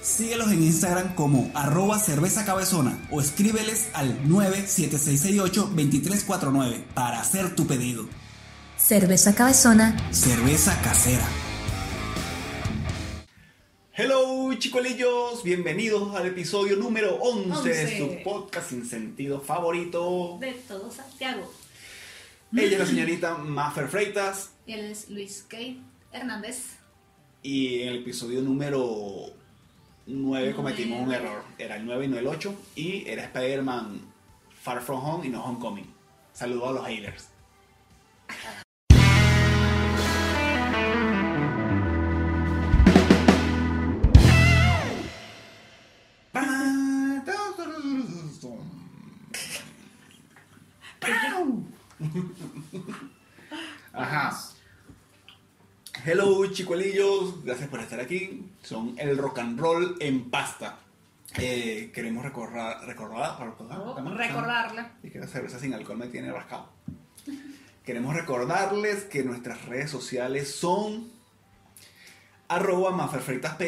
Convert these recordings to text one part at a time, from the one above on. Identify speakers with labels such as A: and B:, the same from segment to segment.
A: Síguelos en Instagram como arroba cerveza cabezona o escríbeles al 97668-2349 para hacer tu pedido.
B: Cerveza Cabezona.
A: Cerveza casera.
C: Hello chicolillos, bienvenidos al episodio número 11, de
B: Once.
C: su podcast sin sentido favorito.
D: de todo Santiago.
C: Ella es la señorita Maffer Freitas
D: Y él es Luis K. Hernández.
C: y en el episodio número 9 cometimos un error. Era el 9 y no el 8 y era Spider-Man Far From Home y no Homecoming. Saludos a los haters. Ajá. Hello, chicuelillos. Gracias por estar aquí. Son el rock and roll en pasta. Eh, queremos recordar, recordar, recordar,
D: Oh,
C: ¿también?
D: recordarla.
C: Y que la cerveza sin alcohol me tiene rascado. Queremos recordarles que nuestras redes sociales son arroba maferfreitasp.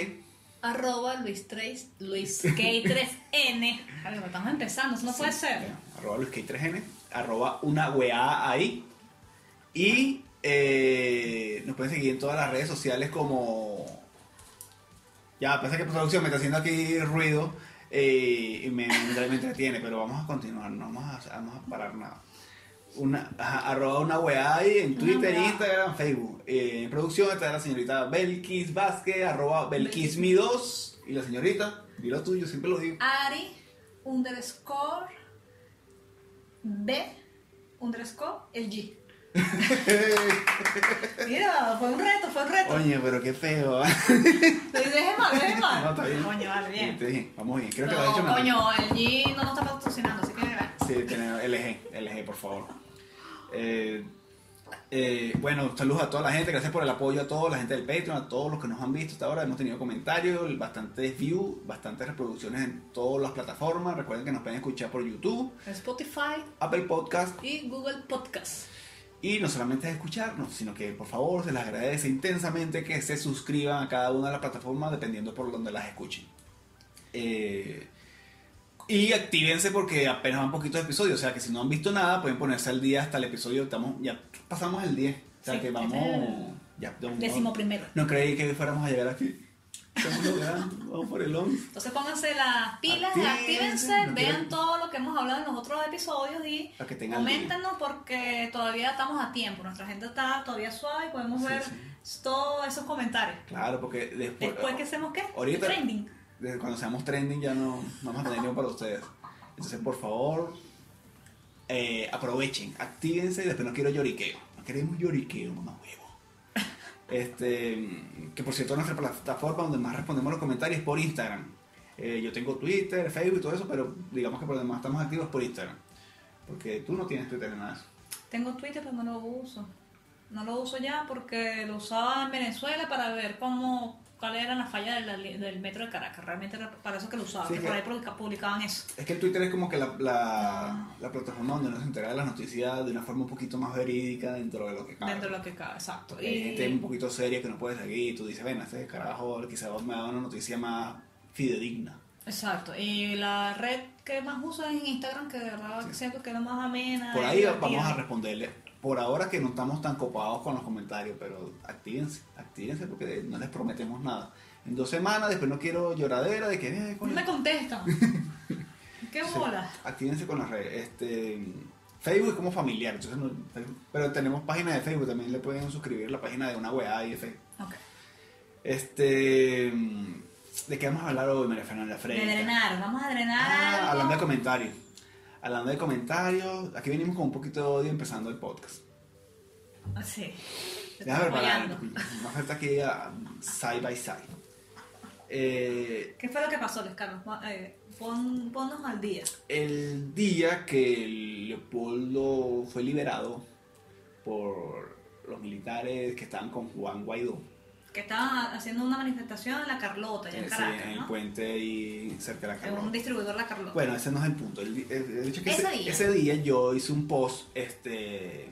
D: Arroba Luis, 3, Luis K. 3N. A ver, estamos empezando, eso no puede ser.
C: Arroba luisky3n. Arroba una weá ahí. Y eh, nos pueden seguir en todas las redes sociales como... Ya, pasa que producción me está haciendo aquí ruido eh, y me, me entretiene, pero vamos a continuar, no vamos a, vamos a parar nada. Una, ajá, arroba una weá ahí en
D: Una
C: Twitter,
D: weá.
C: Instagram, Facebook. Eh, en producción está la señorita Belkis Vázquez, arroba Belkismi2 y la señorita, dilo tú, yo siempre lo digo.
D: Ari underscore B underscore el G. Mira, fue un reto, fue un reto.
C: Oye, pero qué feo. ¿eh?
D: Lo dije mal, lo dije mal.
C: No, está bien.
D: Coño, vale, bien.
C: Está bien, Vamos bien. Creo que lo ha
D: No,
C: dicho mal.
D: coño, el G no nos está patrocinando, así que verá.
C: Sí, tenemos LG, LG, por favor. Eh, eh, bueno, saludos a toda la gente, gracias por el apoyo a toda la gente del Patreon, a todos los que nos han visto hasta ahora. Hemos tenido comentarios, bastantes views, bastantes reproducciones en todas las plataformas. Recuerden que nos pueden escuchar por YouTube,
D: Spotify
C: Apple Podcast
D: y Google Podcast.
C: y no solamente es escucharnos, sino que por favor se les agradece intensamente que se suscriban a cada una de las plataformas dependiendo por donde las escuchen. Eh, y actívense porque apenas van poquitos episodios, o sea que si no han visto nada pueden ponerse al día hasta el episodio, estamos, ya pasamos el 10, o sea
D: Sí,
C: que vamos...
D: este es el
C: ya, no,
D: Décimo primero.
C: no creí que fuéramos a llegar aquí. Estamos logrando, vamos por el 11.
D: Entonces pónganse las pilas,
C: Actívense,
D: actívense,
C: no quiero-
D: vean todo lo que hemos hablado en los otros episodios y
C: Para que tengan
D: coméntenos porque todavía estamos a tiempo. Nuestra gente está todavía suave y podemos
C: Sí,
D: ver todos esos comentarios.
C: Claro, porque después...
D: Después que hacemos qué?
C: Ahorita-
D: Trending.
C: Desde cuando seamos trending ya no no vamos a tener tiempo para ustedes. Entonces, por favor, eh, aprovechen, actívense y después no quiero lloriqueo. No queremos lloriqueo, mamá huevo. Este, que por cierto, nuestra plataforma donde más respondemos los comentarios es por Instagram. Eh, yo tengo Twitter, Facebook y todo eso, pero digamos que por lo demás estamos activos por Instagram. Porque tú no tienes Twitter ni nada de eso.
D: Tengo Twitter pero no lo uso. No lo uso ya porque lo usaba en Venezuela para ver cómo cuáles eran las fallas de la li- del metro de Caracas. Realmente era para eso que lo usaba,
C: Sí,
D: que
C: que-
D: por ahí publica- publicaban eso.
C: Es que el Twitter es como que la, la, la plataforma donde nos entera de las noticias de una forma un poquito más verídica dentro de lo que cabe.
D: Dentro de lo que cabe, exacto.
C: Porque hay gente este un poquito seria que no puede seguir y tú dices, ven, este carajo quizás me da una noticia más fidedigna.
D: Exacto, y la red que más uso es en Instagram, que de verdad
C: Sí.
D: siento que es la más amena.
C: Por
D: es
C: ahí
D: divertida.
C: vamos a responderle. Por ahora que no estamos tan copados con los comentarios, pero actívense, actívense porque no les prometemos nada. En dos semanas, después no quiero lloradera de que... "Eh,
D: No
C: coño".
D: me contestan. Qué
C: Sí,
D: bola.
C: Actívense con las redes. Este, Facebook es como familiar, entonces no- pero tenemos página de Facebook, también le pueden suscribir la página de una weá y de Facebook.
D: Ok.
C: Este, ¿De qué vamos a hablar hoy, María Fernanda Freire?
D: De drenar, vamos a drenar.
C: Ah,
D: algo.
C: hablando de comentarios. Hablando de comentarios, aquí venimos con un poquito de odio empezando el podcast.
D: Ah, Sí. Te
C: Déjame
D: estoy
C: preparar.
D: apoyando.
C: Más falta aquí ah, um, side by side. eh,
D: ¿Qué fue lo que pasó, Les Carlos? Eh, pon- ponnos al día.
C: el día que Leopoldo fue liberado por los militares que estaban con Juan Guaidó
D: Que estaban haciendo una manifestación en la Carlota, allá en
C: eh, sí,
D: Caracas,
C: en el
D: ¿no?
C: puente ahí cerca de la
D: En un
C: Carlota.
D: distribuidor La Carlota.
C: Bueno, ese no es el punto. El, di- el- el hecho es que
B: Ese
C: ese,
B: día.
C: ese día yo hice un post este,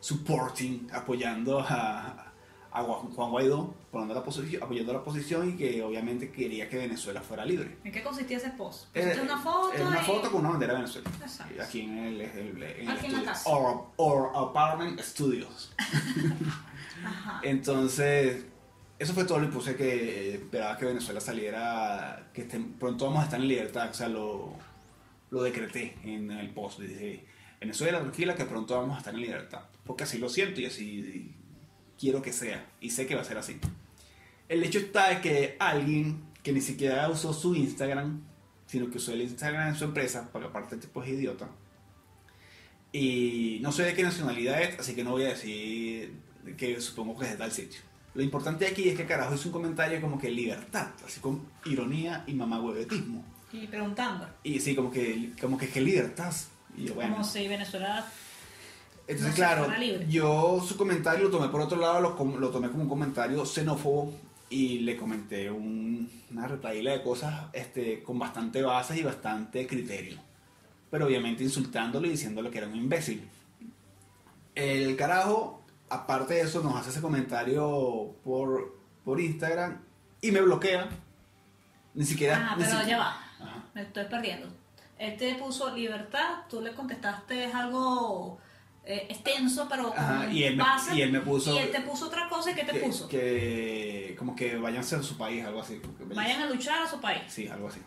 C: supporting, apoyando a, a Juan Juan Guaidó, poniendo la posición, apoyando la posición y que obviamente quería que Venezuela fuera libre.
D: ¿En qué consistía ese post?
C: Eh,
D: Pusiste Pues una foto.
C: Es una
D: y-
C: foto con una bandera de Venezuela.
D: Exacto.
C: Aquí en el, el- el- en el
D: Aquí en la
C: estudio.
D: casa.
C: Or, or Apartment Studios.
D: Ajá.
C: Eh, Entonces, eso fue todo lo que puse que esperaba que Venezuela saliera, que estén- pronto vamos a estar en libertad, o sea, lo, lo decreté en el post. Dije, Venezuela, tranquila, que pronto vamos a estar en libertad. Porque así lo siento y así quiero que sea. Y sé que va a ser así. El hecho está de que alguien que ni siquiera usó su Instagram, sino que usó el Instagram de su empresa, porque aparte el tipo es idiota. Y no sé de qué nacionalidad es, así que no voy a decir que supongo que es de tal sitio. Lo importante aquí es que carajo hizo un comentario como que libertad, así con ironía y mamagüevetismo.
D: Y preguntando.
C: Y sí, como que, como que, que libertad. Y yo, bueno.
D: Como si Venezuela.
C: Entonces,
D: No,
C: claro,
D: fuera libre.
C: yo su comentario lo tomé por otro lado, lo, com- lo tomé como un comentario xenófobo y le comenté un- una retaíla de cosas este, con bastante bases y bastante criterio. Pero obviamente insultándolo y diciéndole que era un imbécil. El carajo, aparte de eso, nos hace ese comentario por, por Instagram y me bloquea. Ni siquiera.
D: Ah,
C: ni
D: pero
C: si-
D: ya va.
C: Ajá.
D: Me estoy perdiendo. Él te puso libertad, tú le contestaste algo eh, extenso, pero con
C: Ajá, y él me-
D: bases,
C: y él me puso-
D: Y él te puso otra cosa, ¿y qué te
C: que,
D: puso?
C: que- como que váyanse a su país, algo así. como que
D: Vayan a luchar a su país.
C: Sí, algo así.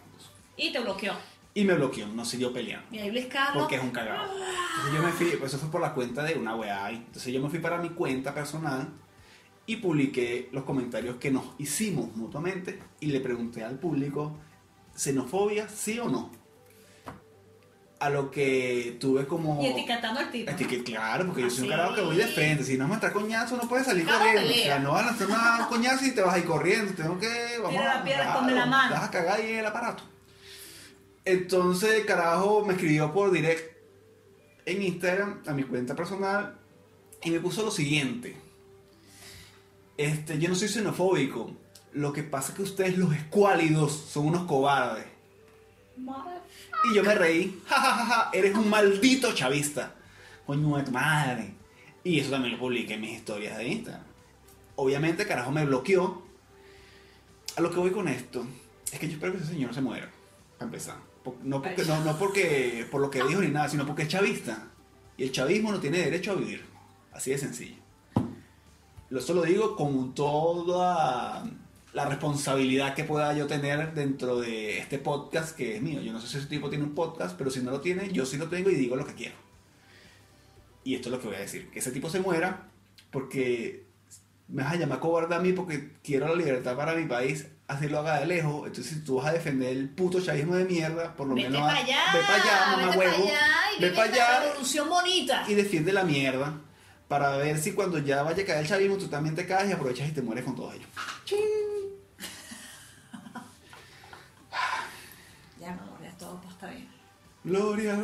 D: Y te bloqueó.
C: Y me bloqueó, no siguió peleando.
D: Y ahí Luis Carlos.
C: Porque es un cagado.
D: Ah.
C: Entonces yo me fui, pues eso fue por la cuenta de una weá ahí. Entonces yo me fui para mi cuenta personal y publiqué los comentarios que nos hicimos mutuamente y le pregunté al público, ¿xenofobia sí o no? A lo que tuve como...
D: Y etiquetando al tipo.
C: Es que, que claro, porque yo soy un
D: Así.
C: carajo que voy de frente. Si no me traes coñazo, no puedes salir
D: Cada
C: corriendo.
D: pelea.
C: O sea, no van a hacer nada coñazo y te vas a ir corriendo. Tengo que. Vamos
D: Piedra,
C: a.
D: piedra,
C: claro,
D: esconde la mano.
C: te Vas a cagar ahí en el aparato. Entonces, el carajo me escribió por direct en Instagram, a mi cuenta personal, y me puso lo siguiente. Este, yo no soy xenofóbico. Lo que pasa es que ustedes, los escuálidos, son unos cobardes.
D: Madre.
C: Y yo me reí. Ja, ja, ja, ja, eres un maldito chavista. Coño de tu madre. Y eso también lo publiqué en mis historias de Instagram. Obviamente, carajo, me bloqueó. A lo que voy con esto es que yo espero que ese señor se muera. Para empezar. Por- No porque, no, no porque por lo que dijo ni nada, sino porque es chavista. Y el chavismo no tiene derecho a vivir. Así de sencillo. Lo- Eso lo digo con toda la responsabilidad que pueda yo tener dentro de este podcast que es mío. Yo no sé si ese tipo tiene un podcast, pero si no lo tiene, yo sí lo tengo y digo lo que quiero. Y esto es lo que voy a decir. Que ese tipo se muera porque me vas a llamar cobarde a mí porque quiero la libertad para mi país, así lo haga de lejos. Entonces, si tú vas a defender el puto chavismo de mierda, por lo
B: Vete
C: menos...
B: para allá,
C: Ve para allá, mamá
B: vete para
C: huevo.
B: allá y
C: Ve
B: vive
C: para
B: esta
C: allá
B: revolución bonita.
C: y defiende la mierda para ver si cuando ya vaya a caer el chavismo tú también te caes y aprovechas y te mueres con todos ellos.
D: Ya, mi amor, ya todo pues, está bien.
C: Gloria.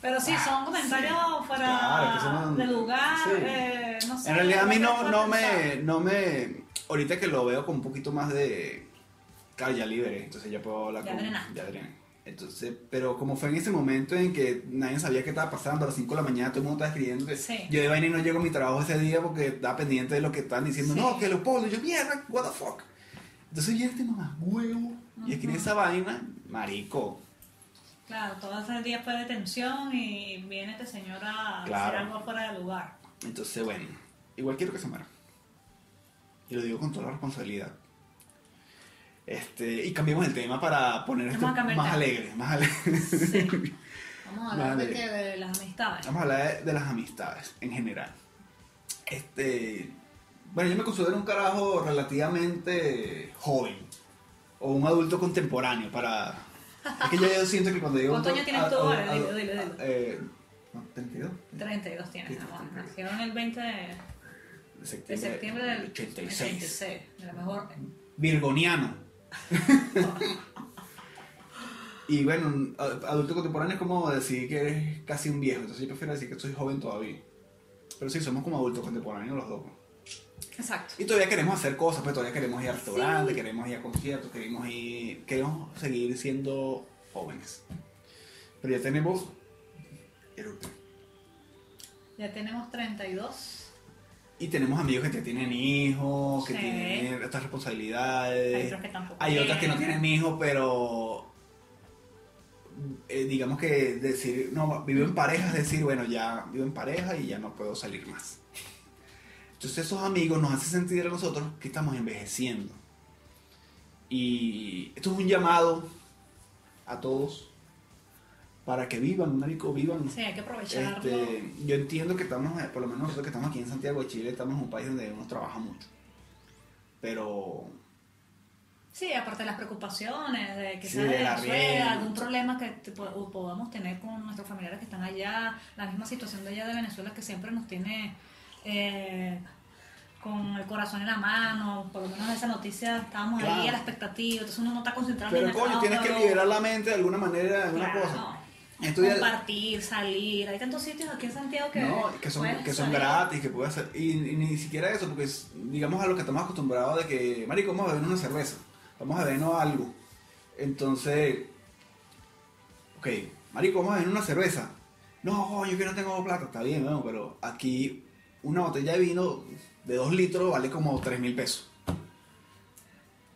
D: Pero sí, son comentarios fuera
C: Ah, Claro, que son-
D: de lugar.
C: sí.
D: eh, no sé,
C: En realidad a mí no,
D: puedo
C: no
D: pensar.
C: me, no me... Ahorita que lo veo con un poquito más de... Claro, ya libre, entonces ya puedo hablar
D: Ya
C: con...
D: drenaste.
C: Ya drené. Entonces, pero como fue en ese momento en que nadie sabía qué estaba pasando, a las 5 de la mañana todo el mundo estaba escribiendo que
D: Sí.
C: yo de vaina y no llego a mi trabajo ese día porque estaba pendiente de lo que están diciendo,
D: Sí.
C: no, que lo pongo, yo mierda, what the fuck. Entonces yo este mamá huevo y escribí esa vaina, marico,
D: Claro, todo ese día fue de tensión y viene este señor a
C: Claro.
D: hacer algo fuera de lugar.
C: Entonces, bueno, igual quiero que se muera. Y lo digo con toda la responsabilidad. Este, y cambiamos el tema para poner esto
D: Vamos a
C: más
D: cambiar el tema.
C: alegre, más alegre.
D: Sí. Vamos a hablar
C: Vale.
D: de, que- de las amistades.
C: Vamos a hablar de, de las amistades en general. Este, bueno, yo me considero un carajo relativamente joven o un adulto contemporáneo para es que ya yo siento que cuando digo
D: ¿Cuántos años tienes tú ahora? Dilo, dilo, dilo.
C: Eh, ¿no? 32.
D: 32 tienes,
C: Sí,
D: amor.
C: sí, sí.
D: Nació en el 20 de...
C: de
D: de
C: septiembre,
D: septiembre del
C: 86.
D: 86, de la mejor.
C: Virgoniano. y bueno, a- adulto contemporáneo es como decir que eres casi un viejo, entonces yo prefiero decir que soy joven todavía. Pero sí, somos como adultos contemporáneos los dos. pues.
D: Exacto.
C: Y todavía queremos hacer cosas, pues todavía queremos ir a restaurantes, queremos ir a conciertos, queremos ir, queremos seguir siendo jóvenes. Pero ya tenemos eructo.
D: Ya tenemos 32.
C: y tenemos amigos que ya tienen hijos, que
D: Sí.
C: tienen otras
D: Hay
C: responsabilidades.
D: otros que tampoco.
C: Eh, Hay otras que no tienen hijos, pero eh, digamos que decir, no, vivo en pareja es decir, bueno, ya vivo en pareja y ya no puedo salir más. Entonces esos amigos nos hacen sentir a nosotros que estamos envejeciendo. Y esto es un llamado a todos para que vivan, marico, vivan.
D: Sí, hay que aprovecharlo.
C: Este, yo entiendo que estamos, eh, por lo menos nosotros que estamos aquí en Santiago de Chile, estamos en un país donde uno trabaja mucho. Pero
D: Sí, aparte de las preocupaciones de que
C: Sí,
D: sea de
C: del
D: Venezuela,
C: arriendo.
D: algún problema que te- po- podamos tener con nuestros familiares que están allá, la misma situación de allá de Venezuela que siempre nos tiene eh, con el corazón en la mano, por lo menos esa noticia estábamos ahí
C: Claro.
D: a la expectativa, entonces uno no está concentrado en
C: Pero
D: el
C: coño, tienes que
D: trabajo,
C: liberar la mente de alguna manera, de alguna
D: claro,
C: cosa. Esto ya-
D: compartir, salir, hay tantos sitios aquí en Santiago que,
C: no, que son,
D: puedes
C: que son
D: salir.
C: gratis, que puedes hacer. Y, y ni siquiera eso, porque es, digamos a lo que estamos acostumbrados de que, marico, vamos a beber una cerveza, vamos a bebernos algo. Entonces, ok, marico, vamos a beber una cerveza. No, yo que no tengo plata, está bien, bueno, pero aquí una botella de vino de 2 litros vale como 3 mil pesos.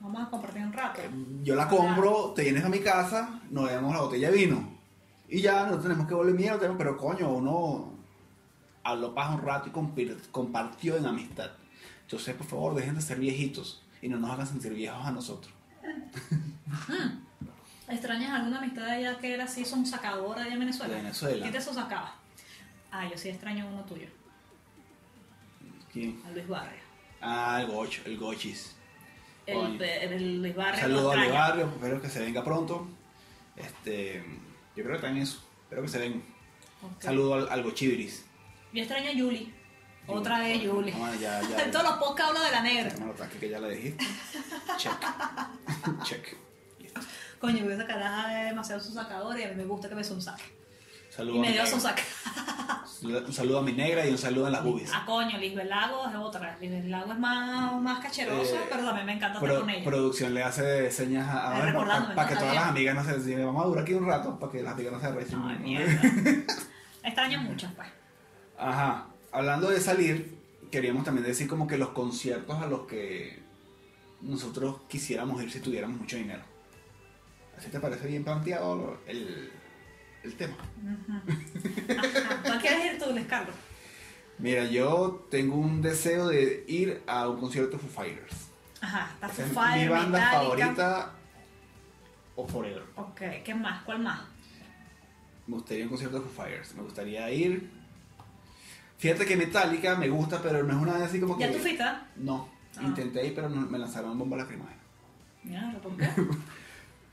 D: Vamos a compartir un rato.
C: Yo la compro, te vienes a mi casa, nos damos la botella de vino. Y ya no tenemos que volver mierda, tenemos- pero coño, uno habló paz un rato y compir- compartió en amistad. Entonces, por favor, dejen de ser viejitos y no nos hagan sentir viejos a nosotros.
D: ¿Extrañas alguna amistad allá que era así, son sacadora allá en Venezuela?
C: De Venezuela.
D: ¿Qué te sacaba? Ah, yo sí extraño uno tuyo,
C: ¿Quién?
D: a Luis Barrio.
C: Ah, el gocho, el gochis. Coño.
D: El, el- el Luis Barrio. lo
C: Saludos a
D: extraña.
C: Barrio, espero que se venga pronto. Este, yo creo que también eso, espero que se venga.
D: Ok.
C: Saludo al, al gochibiris.
D: Yo extraño a Yuli. Otra vez Yuli.
C: Ah, ya, ya,
D: En todos los podcasts hablo de la negra.
C: Hermano, ataque que ya le dijiste. Check. Check. Listo.
D: Coño, esa caraja es demasiado sonsacadora y a mí me gusta que me sonsaque.
C: Saludo
D: Y
C: a
D: me
C: mi
D: dio
C: negra.
D: sonsaca.
C: Un saludo a mi negra y un saludo a las boobies.
D: Ah, coño, Lisbeth Lago es otra. Lisbeth Lago es más, más cacherosa,
C: Eh,
D: pero también me encanta estar
C: Pro-
D: con ella.
C: producción le hace señas a,
D: Ay, recordándome,
C: para
D: ¿no?
C: que
D: Está
C: todas
D: bien.
C: las amigas no se digan, vamos a durar aquí un rato para que las amigas no se arrechen.
D: Ay, mierda. extraño muchas, pues.
C: Ajá. Hablando de salir, queríamos también decir como que los conciertos a los que nosotros quisiéramos ir si tuviéramos mucho dinero. ¿Así te parece bien planteado lo- el, el tema?
D: Ajá. ¿Cuál quieres ir tú, Luis Carlos?
C: Mira, yo tengo un deseo de ir a un concierto de Foo Fighters.
D: Ajá, está
C: Esa
D: Foo
C: es
D: Fighters,
C: mi banda
D: Metallica.
C: favorita o Forever.
D: Ok, ¿qué más? ¿Cuál más?
C: Me gustaría un concierto de Foo Fighters. Me gustaría ir. Fíjate que Metallica me gusta, pero no es una de así como que.
D: ¿Ya tú fuiste? ah?
C: No,
D: Ah.
C: intenté ir, pero no- me lanzaron bomba lacrimógena.
D: Mierda, ¿por qué?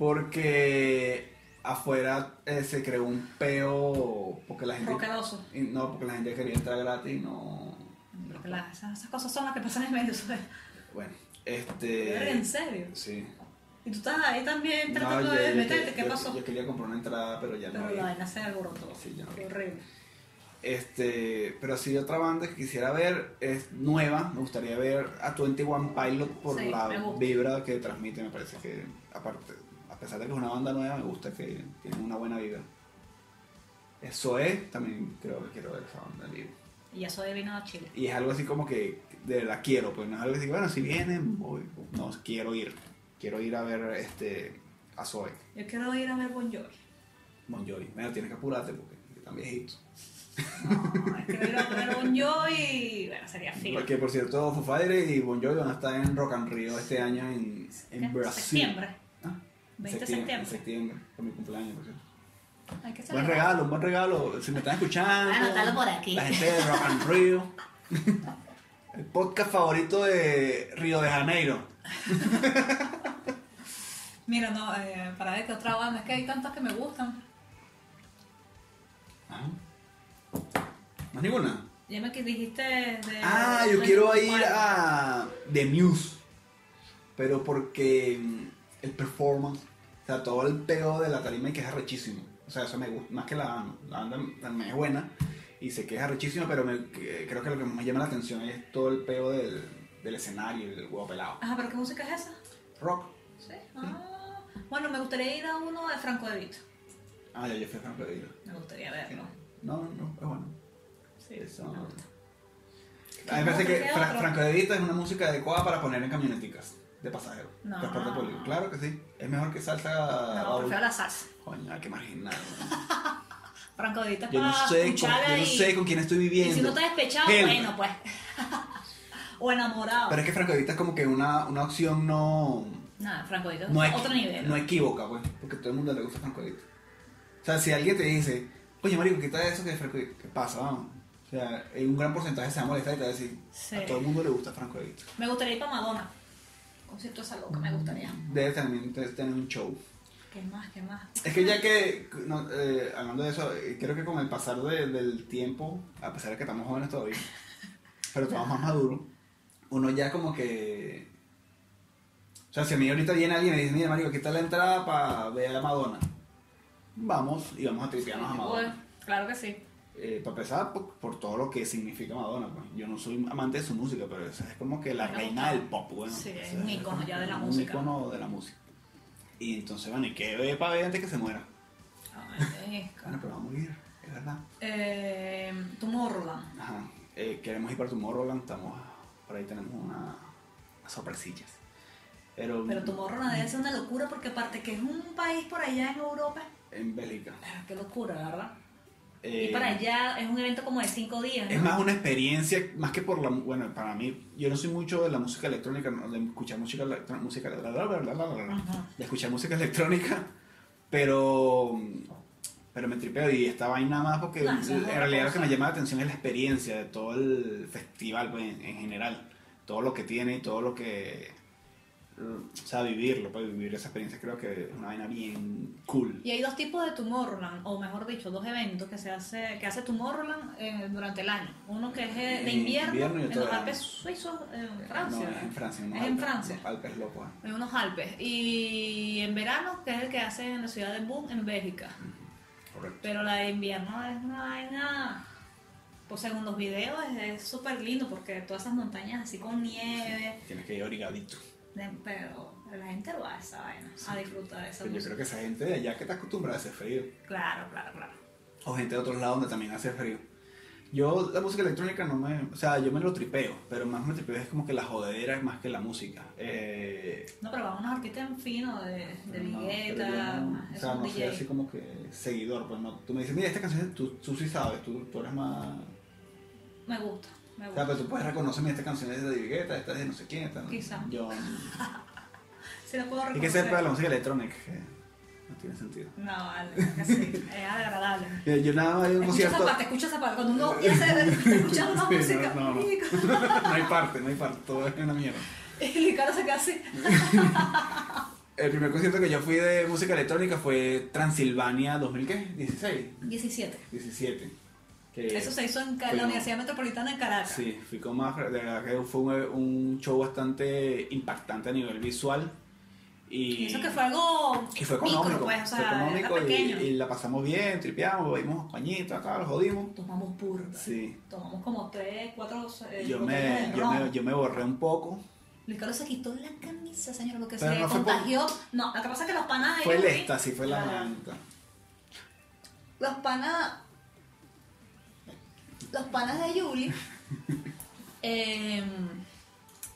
C: Porque afuera eh, se creó un peo. Porque la gente.
D: Roqueroso.
C: y No, porque la gente quería entrar gratis y no.
D: Porque la- esas, esas cosas son las que pasan en Venezuela.
C: Bueno, este.
D: Verga, ¿En serio?
C: Sí.
D: Y tú estás ahí también
C: No,
D: tratando de
C: yo- yo-
D: meterte, ¿qué
C: yo-
D: pasó?
C: Yo quería comprar una entrada, pero ya no.
D: Pero
C: vi.
D: la vaina se alborotó.
C: Sí, ya no
D: Qué
C: vi.
D: horrible.
C: Este, pero sí otra banda que quisiera ver es nueva, me gustaría ver a 21 Pilot por
D: Sí,
C: la
D: me gusta.
C: vibra que transmite, me parece que aparte, a pesar de que es una banda nueva, me gusta que tiene una buena vibra. Eso es, también creo que quiero ver esa banda en vivo.
D: Y ya soy vino a Chile.
C: Y es algo así como que de la quiero, pues no es algo así, bueno, si vienen, voy. No, quiero ir. Quiero ir a ver este a Zoe,
D: Yo quiero ir a ver Bon Jovi.
C: Bon Jovi. Mira, tienes que apurarte porque están viejitos.
D: No, quiero ir a ver Bon Jovi y bueno, sería fino.
C: Porque por cierto, Foo Fighters y Bon Jovi van a estar en Rock and Rio este año en, en
D: ¿Qué?
C: Brasil.
D: Septiembre.
C: Ah,
D: 20 de
C: En
D: septiembre.
C: septiembre, por mi cumpleaños, por cierto.
D: Hay que
C: Buen
D: celebrar.
C: regalo, un buen regalo. Si me están escuchando.
B: Anótalo por aquí.
C: La gente de Rock and Rio. El podcast favorito de Río de Janeiro.
D: Mira, no, eh, para ver qué otra banda. Es que hay tantas que me gustan.
C: Ajá. ¿Ah? ¿Más ninguna?
D: Ya me que dijiste de.
C: Ah, yo quiero ir a The Muse. Pero porque mm, el performance, o sea, todo el peo de la tarima y que es arrechísimo. O sea, eso me gusta, más que la banda. La banda también es buena y sé que es arrechísima, pero me- que- creo que lo que más me llama la atención es todo el peo del, del escenario, el huevo pelado.
D: Ajá, pero ¿qué música es esa?
C: Rock.
D: Sí. Ah, bueno, me gustaría ir a uno de Franco De Vito.
C: Ah, ya yo fui a Franco de Vita.
D: Me gustaría verlo.
C: No, no, no, es bueno.
D: Sí,
C: Eso.
D: me gusta.
C: A mí me parece
D: ¿Qué
C: que
D: otro?
C: Fra- Franco de Vita es una música adecuada para poner en camioneticas de pasajeros.
D: No.
C: Transporte público. Claro que sí. Es mejor que salsa.
D: No, pues
C: baúl.
D: prefiero la salsa.
C: Coño, qué marginal. ¿no?
D: Franco De Vito es
C: Yo no
D: pa'
C: sé, con,
D: escucharla
C: yo no
D: y-
C: sé con quién estoy
D: Y
C: viviendo.
D: si no está despechado,
C: Helga.
D: bueno, pues. o enamorado.
C: Pero es que Franco de Vita es como que una, una opción no.
D: Nada, Franco De Vito es
C: No, equi-
D: otro nivel.
C: no equívoca, pues. Porque todo el mundo le gusta Franco de Vita. O sea, si alguien te dice, oye, Marico, quita eso que es Franco de Vita. ¿Qué pasa? Vamos. O sea, en un gran porcentaje se va a molestar y te va a decir,
D: Sí.
C: a todo el mundo le gusta Franco de Vita.
D: Me gustaría ir para Madonna. Concierto de esa loca, me gustaría.
C: Debe también debe tener un show.
D: ¿Qué más? ¿Qué más?
C: Es que ya que, no, eh, hablando de eso, eh, creo que con el pasar de- del tiempo, a pesar de que estamos jóvenes todavía, pero estamos más maduros, uno ya como que... O sea, si a mí ahorita viene alguien y me dice, mira, Mario, aquí está la entrada para ver a Madonna. Vamos y vamos a tripearnos a Madonna.
D: Bueno, Claro que sí.
C: Eh, para empezar, por, por todo lo que significa Madonna. pues. Yo no soy amante de su música, pero esa es como que la
D: Me
C: reina
D: gusta.
C: del pop, bueno.
D: Sí,
C: O sea,
D: es un ícono ya de la
C: un
D: música.
C: ícono de la música. Y entonces, bueno, ¿y qué ve para ver antes que se muera?
D: Ay, es
C: Bueno,
D: que-
C: pero va a morir, es verdad.
D: eh, Tomorrowland.
C: Ajá. Eh, queremos ir para Tomorrowland, estamos. Por ahí tenemos una, unas sorpresillas. Pero,
D: Pero Tomorrowland debe ser una locura porque aparte que es un país por allá en Europa.
C: en Bélgica.
D: Ah, Qué locura, ¿verdad?
C: Eh,
D: y para allá es un evento como de cinco días. ¿no?
C: Es más una experiencia, más que por la. Bueno, para mí, yo no soy mucho de la música electrónica, no, de escuchar música electrónica. Música, la, la, la, la, la, la, la, la.
D: Ajá.
C: de escuchar música electrónica, pero. Pero me tripeo y esta vaina más porque
D: No, eso es
C: en
D: otra
C: realidad lo que
D: cosa.
C: me llama la atención es la experiencia de todo el festival pues, en, en general. Todo lo que tiene y todo lo que. O sea, vivirlo, pues vivir esa experiencia creo que es una vaina bien cool.
D: Y hay dos tipos de Tomorrowland, o mejor dicho, dos eventos que se hace, que hace Tomorrowland eh, durante el año. Uno que es eh, de
C: En
D: invierno,
C: invierno y
D: en
C: otro
D: los
C: de
D: Alpes
C: verano. Eh,
D: suizos, en Francia.
C: No, es en Francia.
D: Es
C: unos
D: en
C: Alpes-
D: Francia.
C: unos Alpes locos. ¿eh?
D: En unos Alpes. Y en verano, que es el que hacen en la ciudad de Boom, en Bélgica.
C: Correcto.
D: Pero la de invierno es una vaina. Pues según los videos es- es súper lindo porque todas esas montañas así con nieve.
C: Tienes que ir origadito.
D: de- pero la gente va a esa vaina, a disfrutar de
C: Pero Pues
D: esa
C: yo
D: música.
C: creo que esa gente de allá que está acostumbrada a hacer frío.
D: Claro, claro, claro.
C: o gente de otros lados donde también hace frío. Yo la música electrónica no me, o sea, yo me lo tripeo, pero más me tripeo es como que la jodedera es más que la música. Eh,
D: No, pero vamos a unos artistas finos de, de
C: no,
D: Vigueta,
C: pero yo no-
D: es
C: o sea,
D: un
C: no soy
D: DJ.
C: así como que seguidor, pues no. Tú me dices, mira, esta canción, tú, tú sí sabes, tú, tú eres más...
D: Me gusta, me
C: O sea, pues,
D: gusta.
C: pero tú puedes reconocer, mira, esta canción es de Divigueta, esta es de no sé quién, esta... no-
D: Quizá.
C: Yo...
D: Si lo puedo
C: Y que sepa
D: reconocer.
C: la música electrónica, que no tiene sentido.
D: No, vale, que sí, es agradable.
C: Eh, Yo nada más hay un
D: Escucha
C: concierto...
D: esa parte, escucha esa parte. Cuando uno piensa, escuchando una
C: Sí, no,
D: música.
C: no, no. no hay parte, no hay parte, todo es una mierda.
D: Y Ricardo se queda así.
C: El primer concierto que yo fui de música electrónica fue Transilvania 2000, ¿qué? 16,
D: 17.
C: 17. Que
D: Eso se hizo en Ca-
C: Fue-
D: la Universidad Metropolitana de Caracas.
C: Sí, fui con más, de verdad que fue un, un show bastante impactante a nivel visual. Y,
D: Y eso que fue algo
C: y fue
D: micro,
C: económico,
D: pues, o
C: fue
D: sea,
C: económico
D: era
C: y,
D: pequeño.
C: y la pasamos bien, tripeamos, bebimos pañitas, tal, jodimos.
D: Tomamos purga.
C: Sí.
D: Tomamos como tres, cuatro. eh,
C: Yo
D: botellas
C: me,
D: de
C: yo,
D: ron.
C: me, yo me borré un poco.
D: Ricardo se quitó la camisa, señor, porque
C: Pero
D: se
C: no fue por-
D: contagió. No, lo que pasa es que los panas.
C: Fue el
D: ellos, ¿sí?
C: éxtasis, fue la
D: Claro.
C: manta.
D: Los panas. Los panas de Yuli. em,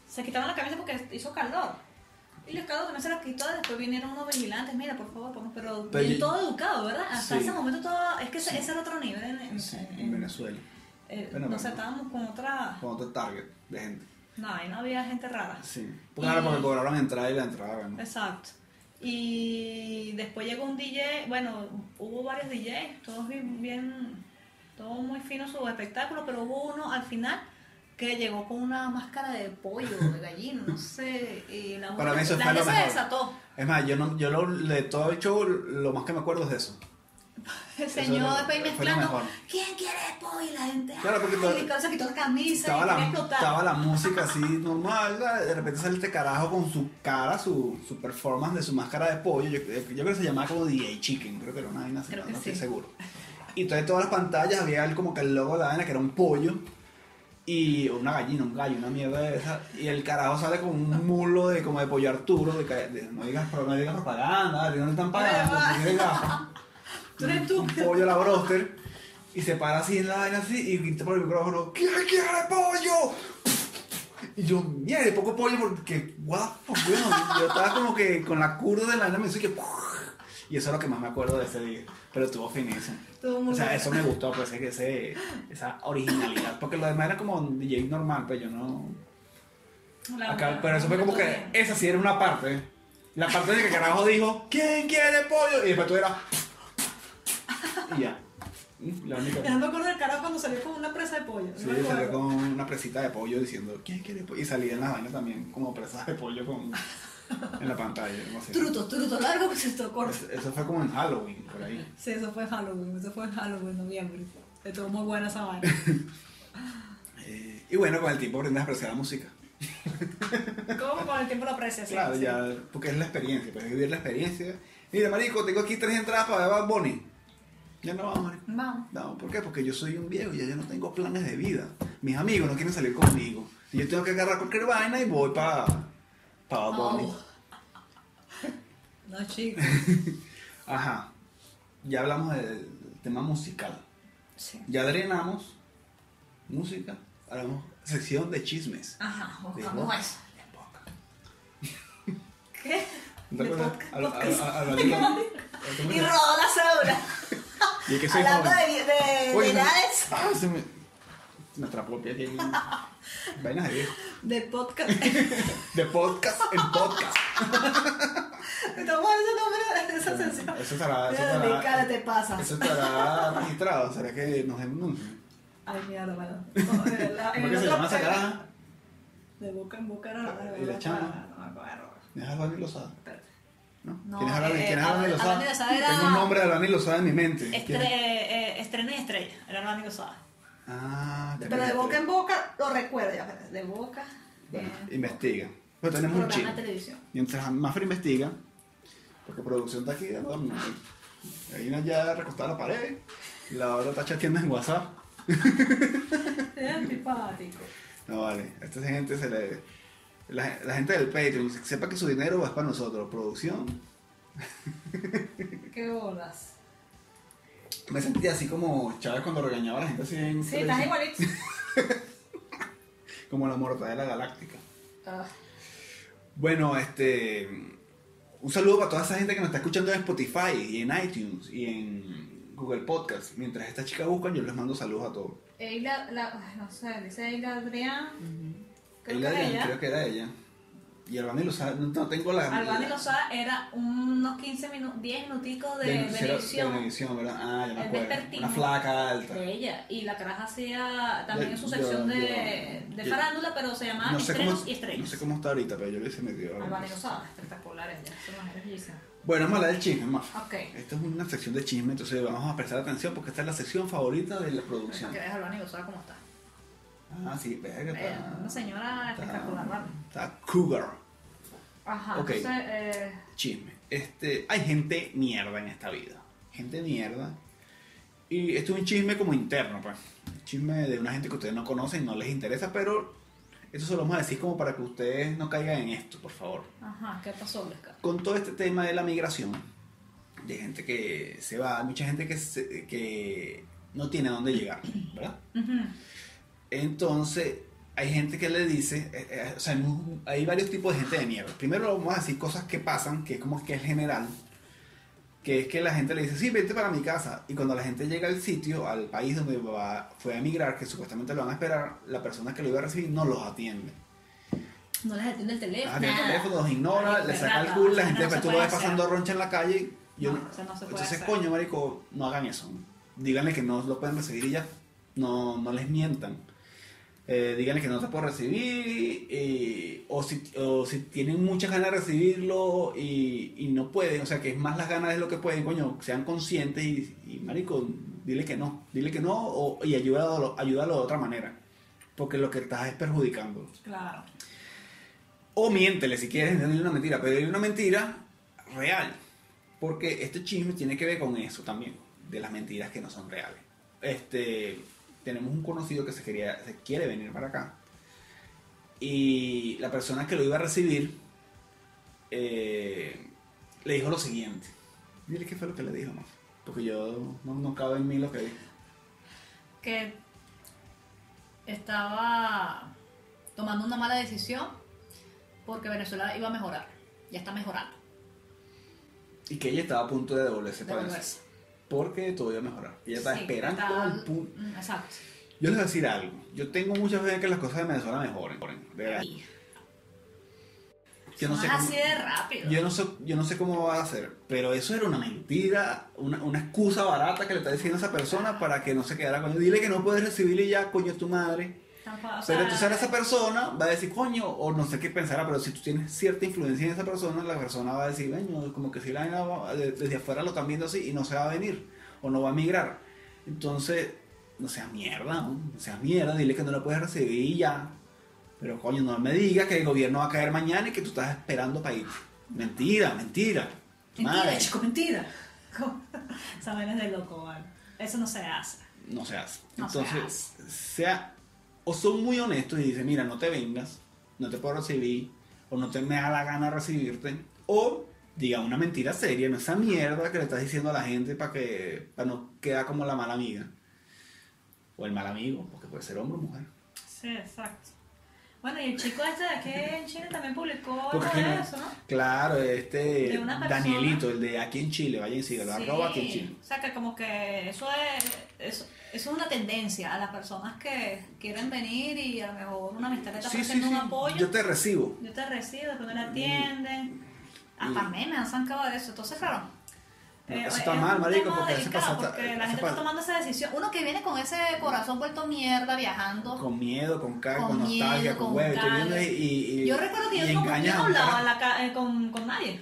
D: se quitaban la camisa porque hizo calor. Y los calor también se los quitó. Después vinieron unos vigilantes. Mira, por favor, vamos", Pero,
C: Pero
D: bien
C: yo-
D: todo educado, ¿verdad? Hasta
C: Sí.
D: ese momento todo. Es que ese-
C: Sí.
D: ese era otro nivel. En, en-
C: Sí,
D: en-
C: en Venezuela,
D: eh,
C: Bueno,
D: nos
C: bueno.
D: estábamos con otra.
C: con otro target de gente.
D: No, ahí no había gente rara.
C: Sí. Claro,
D: Ah. Y-
C: porque cobraron entrada y la entrada ganó.
D: Exacto. Y después llegó un DJ, bueno, hubo varios DJs, todos bien, bien todos muy finos sus espectáculos, pero hubo uno al final que llegó con una máscara de pollo, de gallina, no sé, y la,
C: Para mí eso
D: la
C: fue
D: gente
C: lo
D: se
C: mejor.
D: desató.
C: Es más, yo, no, yo lo, de todo el show, lo más que me acuerdo es de eso.
D: El
C: Eso
D: señor
C: lo-
D: después ahí
C: fue lo
D: mezclando.
C: mejor.
D: ¿Quién quiere pollo? Y la gente.
C: Claro, porque
D: ay,
C: todo-
D: el se quitó la camisa
C: Estaba
D: y quería
C: la,
D: explotar.
C: estaba la música así normal, ¿verdad? de repente sale este carajo con su cara, su, su performance de su máscara de pollo. Yo, yo creo que se llamaba como DJ Chicken, creo que era una vaina así,
D: Creo
C: no,
D: que
C: no estoy
D: sí.
C: seguro. Y entonces todas las pantallas había el- como que el logo de la vaina que era un pollo y o una gallina, un gallo, una mierda de esa. Y el carajo sale con un mulo de como de pollo Arturo, de, ca- de- no digas pro- no digas propaganda, dale, no le están pagando,
D: Pero-
C: porque tiene gafas.
D: Tú eres tú.
C: Un pollo a la broster y se para así en la vaina así y grita por el micrófono, ¿quién quiere pollo? Y yo, mierda, y poco pollo porque, what the fuck, weón. yo estaba como que con la curva de la vaina me hizo que, y eso es lo que más me acuerdo de ese día, pero estuvo finísimo.
D: Estuvo muy
C: O sea,
D: bueno.
C: eso me gustó, pues ese- ese, esa originalidad, porque lo demás era como un DJ normal, pero yo no...
D: La-
C: Acá, pero eso fue como que
D: Bien.
C: esa sí era una parte. La parte de que carajo dijo, ¿quién quiere pollo? Y después tú eras. Y ya. La única.
D: Ya no me acuerdo del carajo cuando salió con una presa de pollo.
C: eh. Sí,
D: no me
C: salió
D: acuerdo.
C: con una presita de pollo diciendo, ¿quién quiere pollo? Y salía en las vainas también como presas de pollo con, en la pantalla. no sé.
D: Truto, truto largo, truto corto.
C: Es- Eso fue como en Halloween, por ahí.
D: Sí, eso fue en Halloween, eso fue en Halloween, noviembre. Estuvo muy buena esa vaina.
C: Eh, y bueno, con el tiempo aprendes a apreciar la música.
D: ¿Cómo con el tiempo lo aprecias? sí,
C: Claro,
D: sí.
C: ya, porque es la experiencia, puedes vivir la experiencia. Mira, marico, tengo aquí tres entradas para ver a Bad Bunny. Ya no vamos, marico.
D: Vamos.
C: No, ¿por qué? Porque yo soy un viejo y ya yo no tengo planes de vida. Mis amigos no quieren salir conmigo. Y yo tengo que agarrar cualquier vaina y voy para pa Bad Bunny.
D: Oh. No, chicos.
C: Ajá. Ya hablamos del tema musical.
D: Sí.
C: Ya drenamos música. Hablamos sección de chismes.
D: Ajá,
C: ¿De
D: buscamos eso. ¿Qué?
C: ¿No te
D: De
C: acuerdas?
D: podcast,
C: Al- al-
D: podcast.
C: al- al- al- al-
D: Y robó la cédula.
C: Y es que soy
D: Hablando
C: joven.
D: de, de, de
C: Oye, no-
D: edades,
C: Ah, se me. Me atrapó el pie aquí. Vainas de viejo.
D: de podcast.
C: De podcast en podcast.
D: Estamos haciendo ese nombre de esa sección.
C: Eso estará. Eso
D: Mira, mi cara
C: estará,
D: te pasa.
C: eso estará registrado. ¿Será que nos denuncian?
D: Ay, mierda, bueno. No, de verdad, en
C: ¿Cómo que se
D: otro-
C: llama esa cara?
D: De boca en boca era
C: Y la
D: era-
C: chama.
D: No, me acuerdo.
C: ¿Es Albani Lozada?
D: Espérate.
C: ¿No?
D: No,
C: ¿Quién es Albani,
D: eh,
C: ¿quién es Albani
D: Albani
C: Lozada?
D: Lozada era-
C: Tengo un nombre de Albani Lozada en mi mente.
D: Estre,
C: ¿Quién?
D: eh, estrena y estrella, era la Lozada.
C: Ah, te
D: Pero de
C: pegaste.
D: boca en boca lo recuerdo ya, espérate, de boca.
C: Bueno,
D: eh,
C: investiga. Pero tenemos un
D: programa
C: chip.
D: de televisión.
C: Mientras Mafra investiga, porque producción está aquí, ¿no? hay una ya recostada a la pared, y la otra está chateando en WhatsApp.
D: Es antipático.
C: No vale, a esta gente se le. La, la gente del Patreon, que sepa que su dinero va para nosotros. Producción.
D: Qué bolas.
C: Me sentía así como Chávez cuando regañaba a la gente así en
D: Sí,
C: televisión,
D: estás igualito.
C: como la mortadela galáctica.
D: Ah,
C: Bueno, este. Un saludo para toda esa gente que nos está escuchando en Spotify y en iTunes y en Google Podcast. Mientras estas chicas buscan, yo les mando saludos a todos.
D: Eila, la, ay, no sé, dice Eila Adrián. Creo
C: Ella
D: que
C: era-
D: era ella.
C: Creo que era ella. Y Albani Lozada, no, no tengo la.
D: Albani Lozada era unos 15 minutos, 10 minuticos de,
C: de-
D: de
C: era-
D: edición
C: de Venevisión, ¿verdad? Ah, ya me
D: El
C: acuerdo.
D: vespertino.
C: Una flaca alta.
D: de ella. Y la caraja hacía también
C: Yo-
D: en su sección
C: yo-
D: de,
C: yo-
D: de
C: yo-
D: farándula, pero se llamaba Estrenos y Ah,
C: no
D: Estrellas.
C: sé cómo está ahorita, pero yo le hice medio.
D: Albani Losada, espectacular ella, su mujer es bellísima.
C: Bueno, vamos a hablar del chisme, más.
D: Ok.
C: Esta es una sección de chisme, entonces vamos a prestar atención porque esta es la sección favorita de la producción.
D: Que veas a Albani Losada cómo está.
C: Ah, sí, verga.
D: Ella,
C: está-
D: Eh, una señora
C: está-
D: espectacular, ¿vale?
C: Está cougar.
D: Ajá,
C: Ok.
D: entonces, eh,
C: chisme. Este, hay gente mierda en esta vida. Gente mierda. Y esto es un chisme como interno, pues. Un chisme de una gente que ustedes no conocen, no les interesa, pero eso se lo vamos a decir como para que ustedes no caigan en esto, por favor.
D: ajá, ¿qué pasó, Lesca?
C: Con todo este tema de la migración, de gente que se va, hay mucha gente que, se- que no tiene a dónde llegar, ¿verdad? Entonces, hay gente que le dice, eh, eh, o sea, hay mu- hay varios tipos de gente de mierda. Primero vamos a decir cosas que pasan, que es como que es general, que es que la gente le dice, sí, vete para mi casa. Y cuando la gente llega al sitio, al país donde va, fue a emigrar, que supuestamente lo van a esperar, la persona que lo iba a recibir no los atiende.
D: No les atiende el
C: Los
D: teléfono.
C: atiende Ah, el
D: nada.
C: teléfono, los ignora,
D: Ay,
C: le
D: qué
C: saca el
D: rata,
C: culo,
D: o sea,
C: la gente
D: no se
C: después tú lo
D: puede
C: ves pasando roncha en la calle. Yo,
D: No, eso no se puede
C: entonces,
D: hacer.
C: coño, marico, no hagan eso. Díganle que no lo pueden recibir y ya. No, no les mientan. eh, díganle que no se puede recibir, y- o, si, o si tienen muchas ganas de recibirlo y, y no pueden, o sea, que es más las ganas de lo que pueden, coño, sean conscientes y, y, marico, dile que no, dile que no o- y ayúdalo, ayúdalo de otra manera, porque lo que estás es perjudicándolo.
D: Claro.
C: O miéntele si quieres, dile una mentira, pero dile una mentira real. Porque este chisme tiene que ver con eso también, de las mentiras que no son reales. Este, tenemos un conocido que se, quería, se quiere venir para acá. Y la persona que lo iba a recibir eh, le dijo lo siguiente. Dile qué fue lo que le dijo, ¿no? Porque yo no, no cabe en mí lo que dijo.
D: que estaba tomando una mala decisión porque Venezuela iba a mejorar. Ya está mejorando.
C: Y que ella estaba a punto de devolverse para
D: Devolverse.
C: eso. Porque todo iba a mejorar. Ella estaba
D: Sí,
C: esperando
D: estaba-
C: el punto.
D: Mm, Exacto.
C: Yo les voy a decir algo. Yo tengo muchas veces que las cosas de Venezuela mejoren. mejoren, de verdad.
D: Y
C: Yo no,
D: son
C: sé
D: así de
C: cómo,
D: rápido.
C: yo, no sé, yo no sé cómo va a hacer, pero eso era una mentira, una, una excusa barata que le está diciendo a esa persona para que no se quedara con él. Dile que no puedes recibirle ya, coño, es tu madre.
D: Tampoco- o
C: Pero
D: sea,
C: tú sabes, esa persona va a decir, coño, o no sé qué pensará, pero si tú tienes cierta influencia en esa persona, la persona va a decir, bueno, como que si la vaina va- de- desde afuera lo están viendo así y no se va a venir, o no va a migrar. Entonces, no seas mierda, ¿no? no seas mierda, dile que no la puedes recibir y ya. Pero coño, no me digas que el gobierno va a caer mañana y que tú estás esperando para ir. Mentira, mentira.
D: Mentira,
C: Madre,
D: chico, mentira. Esa vaina es de loco, ¿vale? Eso no se hace.
C: No se hace.
D: No se
C: Entonces, sea, o son muy honestos y dicen, mira, no te vengas, no te puedo recibir, o no te me da la gana recibirte, o diga una mentira seria, no esa mierda que le estás diciendo a la gente para que para no quedar como la mala amiga. O el mal amigo, porque puede ser hombre o mujer.
D: Sí, exacto. Bueno, y el chico este de aquí en Chile también publicó
C: Porque
D: algo
C: es que
D: de
C: no-
D: eso, ¿no?
C: Claro, este
D: De una persona-
C: Danielito, el de aquí en Chile, vayan y síguelo, arroba aquí en Chile.
D: O sea, que como que eso es, eso, eso es una tendencia a las personas que quieren venir y a lo mejor una amistad le está
C: Sí, sí,
D: ofreciendo
C: sí,
D: un apoyo.
C: yo te recibo.
D: Yo te recibo, después no la atienden. Hasta
C: Mm.
D: memes han sacado de eso. Entonces, claro.
C: No,
D: eh,
C: eso está
D: es
C: mal,
D: un
C: marico,
D: tema
C: porque ese
D: delicado,
C: pasa- eh,
D: porque
C: ese
D: la gente
C: pasa-
D: está tomando esa decisión. Uno que viene con ese corazón vuelto mierda viajando.
C: Con miedo, con carga, con,
D: Con miedo,
C: nostalgia, con
D: con
C: huevo. y tú
D: carga.
C: vienes y- y-
D: yo recuerdo que
C: y
D: yo, no- yo
C: engañas a
D: no
C: un
D: hablaba
C: carajo.
D: en la ca- eh, con, con nadie.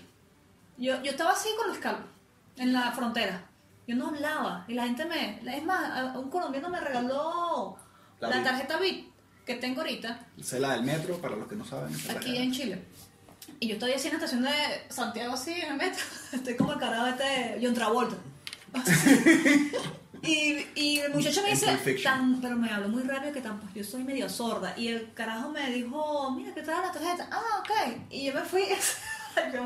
D: Yo, yo estaba así con los calvos, en la frontera. Yo no hablaba. Y la gente me. Es más, a- un colombiano me regaló
C: La
D: la,
C: Bit.
D: tarjeta BIT que tengo ahorita,
C: Esa es la del metro, para los que no saben. esa es la
D: aquí
C: cara.
D: en Chile. Y yo estoy así en la estación de Santiago, así en el metro. Estoy como el carajo este John Travolta. Y, y el muchacho me
C: En
D: dice,
C: Pulp Fiction.
D: tan, pero me habló muy rápido que tampoco, yo soy medio sorda. Y el carajo me dijo, mira, que trae la tarjeta. Ah, ok. Y yo me fui. yo,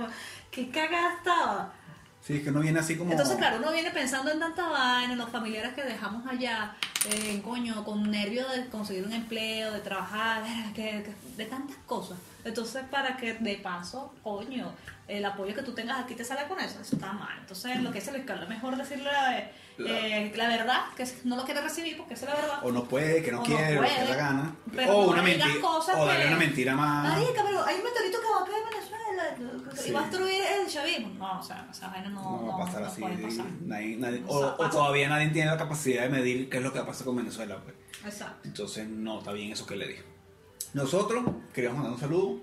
D: qué cagada estaba.
C: Sí, es que no viene así como.
D: Entonces, claro, uno viene pensando en tanta vaina, en los familiares que dejamos allá, eh, en coño, con nervio de conseguir un empleo, de trabajar, verga, que- que- de tantas cosas. Entonces, para que de paso, coño, el apoyo que tú tengas aquí te salga con eso, eso está mal. Entonces, lo que dice Luis Carlos, mejor decirle eh, eh, la verdad, que no lo quiere recibir porque esa es la verdad.
C: O no puede, que no
D: O no
C: quiere, o que
D: puede,
C: da gana.
D: pero
C: o
D: no
C: una
D: digas
C: mentira.
D: cosas
C: O darle
D: que-
C: una mentira más.
D: Marica, pero hay un meteorito que va a caer en Venezuela que- que-
C: Sí.
D: y va a destruir el chavismo. No, o sea, esa vaina no,
C: no va a pasar
D: no
C: así.
D: puede pasar.
C: nadie- nadie-
D: O
C: o,
D: sea,
C: o
D: pasa.
C: todavía nadie tiene la capacidad de medir qué es lo que pasa con Venezuela. pues.
D: Exacto.
C: Entonces, no está bien eso que le dijo. Nosotros queríamos mandar un saludo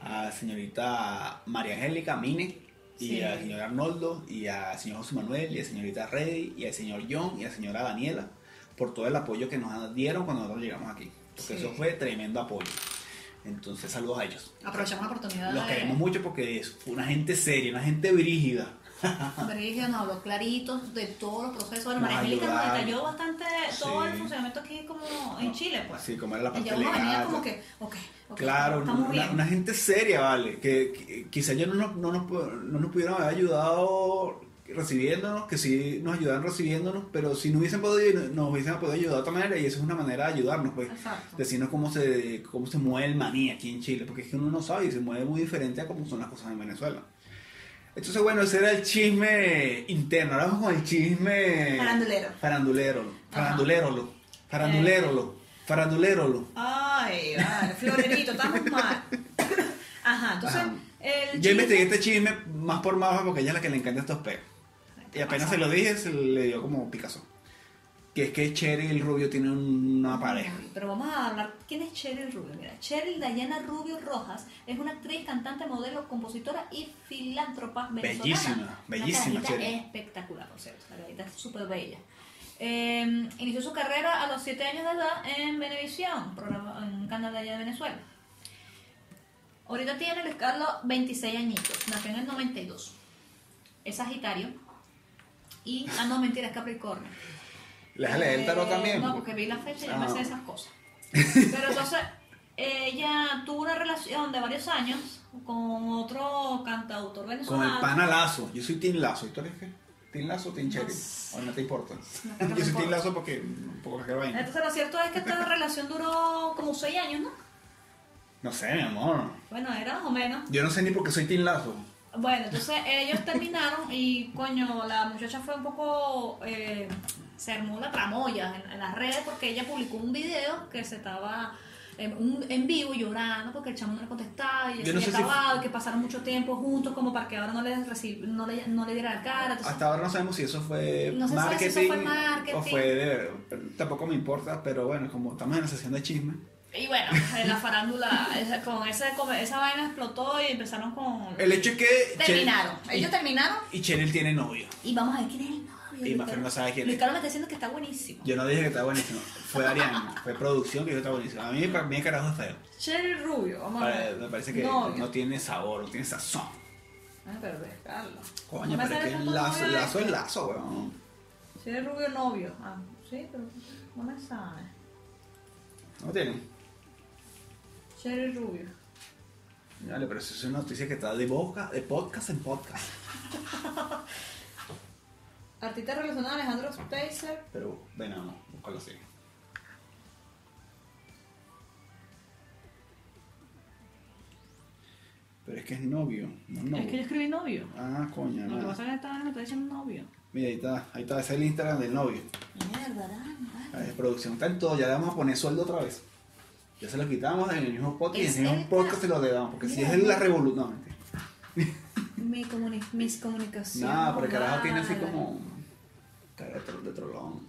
C: a señorita María Angélica Mine, y
D: Sí.
C: al señor Arnoldo, y al señor José Manuel, y a señorita Rey, y al señor John, y a la señora Daniela, por todo el apoyo que nos dieron cuando nosotros llegamos aquí. Porque
D: Sí.
C: eso fue tremendo apoyo. Entonces, saludos a ellos.
D: Aprovechamos la oportunidad
C: Los
D: de.
C: queremos mucho porque es una gente seria, una gente brígida.
D: Brígido nos habló clarito de todos los procesos.
C: Nos
D: Bueno, María Angélica nos
C: ayudaron.
D: detalló bastante todo el
C: Sí.
D: funcionamiento aquí como en Chile, pues.
C: Sí, como era la
D: Y
C: parte
D: ya uno venía
C: legal.
D: como que, ok, ok,
C: Claro,
D: estamos
C: una,
D: bien.
C: una gente seria, vale. Que, que quizá ya no nos, no, nos, pu- no nos pudieron haber ayudado recibiéndonos, que sí nos ayudaron recibiéndonos, pero si no hubiesen podido, no- nos hubiesen podido ayudar de otra manera, y eso es una manera de ayudarnos, pues.
D: Exacto.
C: Decirnos cómo se, cómo se mueve el maní aquí en Chile, porque es que uno no sabe y se mueve muy diferente a cómo son las cosas en Venezuela. Entonces, bueno, ese era el chisme interno. Ahora vamos con el chisme.
D: Farandulero.
C: Farandulero.
D: Ajá.
C: Farandulero. Farandulero. Farandulero.
D: Ay, vale, florerito, estamos mal. Ajá, entonces,
C: Ajá.
D: el
C: Yo
D: chisme-
C: investigué este chisme más por más porque ella es la que le encanta estos peos. Y apenas se lo dije, se le dio como Picasso. que es que Cheryl y el Rubio tienen una pareja.
D: Pero vamos a hablar, ¿quién es Cheryl Rubio? Mira, Cheryl Dayana Rubio Rojas es una actriz, cantante, modelo, compositora y filántropa venezolana.
C: Bellísima,
D: Una
C: bellísima,
D: carajita
C: Cheryl.
D: espectacular, por cierto, la carajita es súper bella. Eh, inició su carrera a los 7 años de edad en Venevisión, programa, en un canal de allá de Venezuela. Ahorita tiene el escalo 26 añitos, nació en el 92. Es Sagitario y, ah no, mentira, es Capricornio.
C: ¿Le vas a leer el tarot
D: Eh,
C: también?
D: No, porque vi la fecha y yo
C: Ah.
D: me sé esas cosas. Pero entonces, ella tuvo una relación de varios años con otro cantautor
C: Con
D: venezolano.
C: el pana Lazo. Yo soy Tim Lazo. ¿Y tú eres qué? ¿Tin Lazo o Tim
D: No
C: Cheryl?
D: sé.
C: ¿O no te importa?
D: No, no me
C: Yo soy Tim
D: importa.
C: Lazo porque un poco la que vaina.
D: Entonces, lo cierto es que esta relación duró como seis años, ¿no?
C: No sé, mi amor.
D: Bueno, era más o menos.
C: Yo no sé ni por qué soy Tim Lazo.
D: Bueno, entonces eh, ellos terminaron y, coño, la muchacha fue un poco. eh, se armó la tramoya en, en las redes porque ella publicó un video que se estaba. En, un- en vivo llorando porque el chamo no le contestaba y
C: Yo
D: ella
C: no
D: se había
C: sé si-
D: acabado, que pasaron mucho tiempo juntos como para que ahora no le, reci- no le, no le diera la cara. Entonces,
C: Hasta ahora no sabemos si eso fue
D: No se sabe si
C: marketing,
D: eso fue marketing.
C: o fue de verdad. Tampoco me importa, pero bueno, como estamos en la sesión de chisme.
D: Y bueno, en la farándula, esa- con esa, con esa vaina explotó y empezaron con...
C: El hecho es que. Cheryl-
D: terminaron.
C: y-
D: Ellos terminaron
C: Y Cheryl tiene novio.
D: y vamos a ver quién es el novio.
C: Y
D: Luis
C: más que no
D: Carlos-
C: sabe quién
D: Luis
C: es.
D: Carlos me está diciendo que está buenísimo.
C: Yo no dije que estaba buenísimo. Fue Ariana, fue producción que dijo que estaba buenísimo. A mí, para mí, carajo, es feo.
D: Cheryl Rubio, vamos a
C: Para-
D: ver.
C: Me parece que
D: No,
C: no, tiene sabor, no tiene sazón.
D: Ah, pero Luis Carlos.
C: Coño,
D: No me
C: pero es
D: sale
C: que el
D: foto
C: lazo,
D: novio de-
C: lazo es lazo, weón.
D: Cheryl Rubio novio. Ah, sí, pero no me sabe.
C: No tiene.
D: Cheryl Rubio.
C: Dale, pero eso es una noticia que está de boca, de podcast en podcast.
D: Artista relacionado a Alejandro Spacer.
C: Pero bueno, vamos, búscalo así. Pero es que es novio, no es novio.
D: Es que yo escribí novio.
C: Ah, coño,
D: Lo que
C: nada.
D: pasa es que esta vaina me está diciendo novio.
C: Mira, ahí está, ahí está, ese es el Instagram del novio.
D: Mierda, Dani,
C: La de producción está en todo, ya le vamos a poner sueldo otra vez. Ya se lo quitamos en el mismo podcast
D: Es
C: y en el
D: el
C: mismo podcast
D: caso.
C: se lo debamos, porque si
D: Mira,
C: es la
D: mira.
C: revolución. No, mentira.
D: Mi comuni- mis comunicaciones.
C: Nada, porque el carajo tiene así
D: vale.
C: como. Cara de tro- de trolón.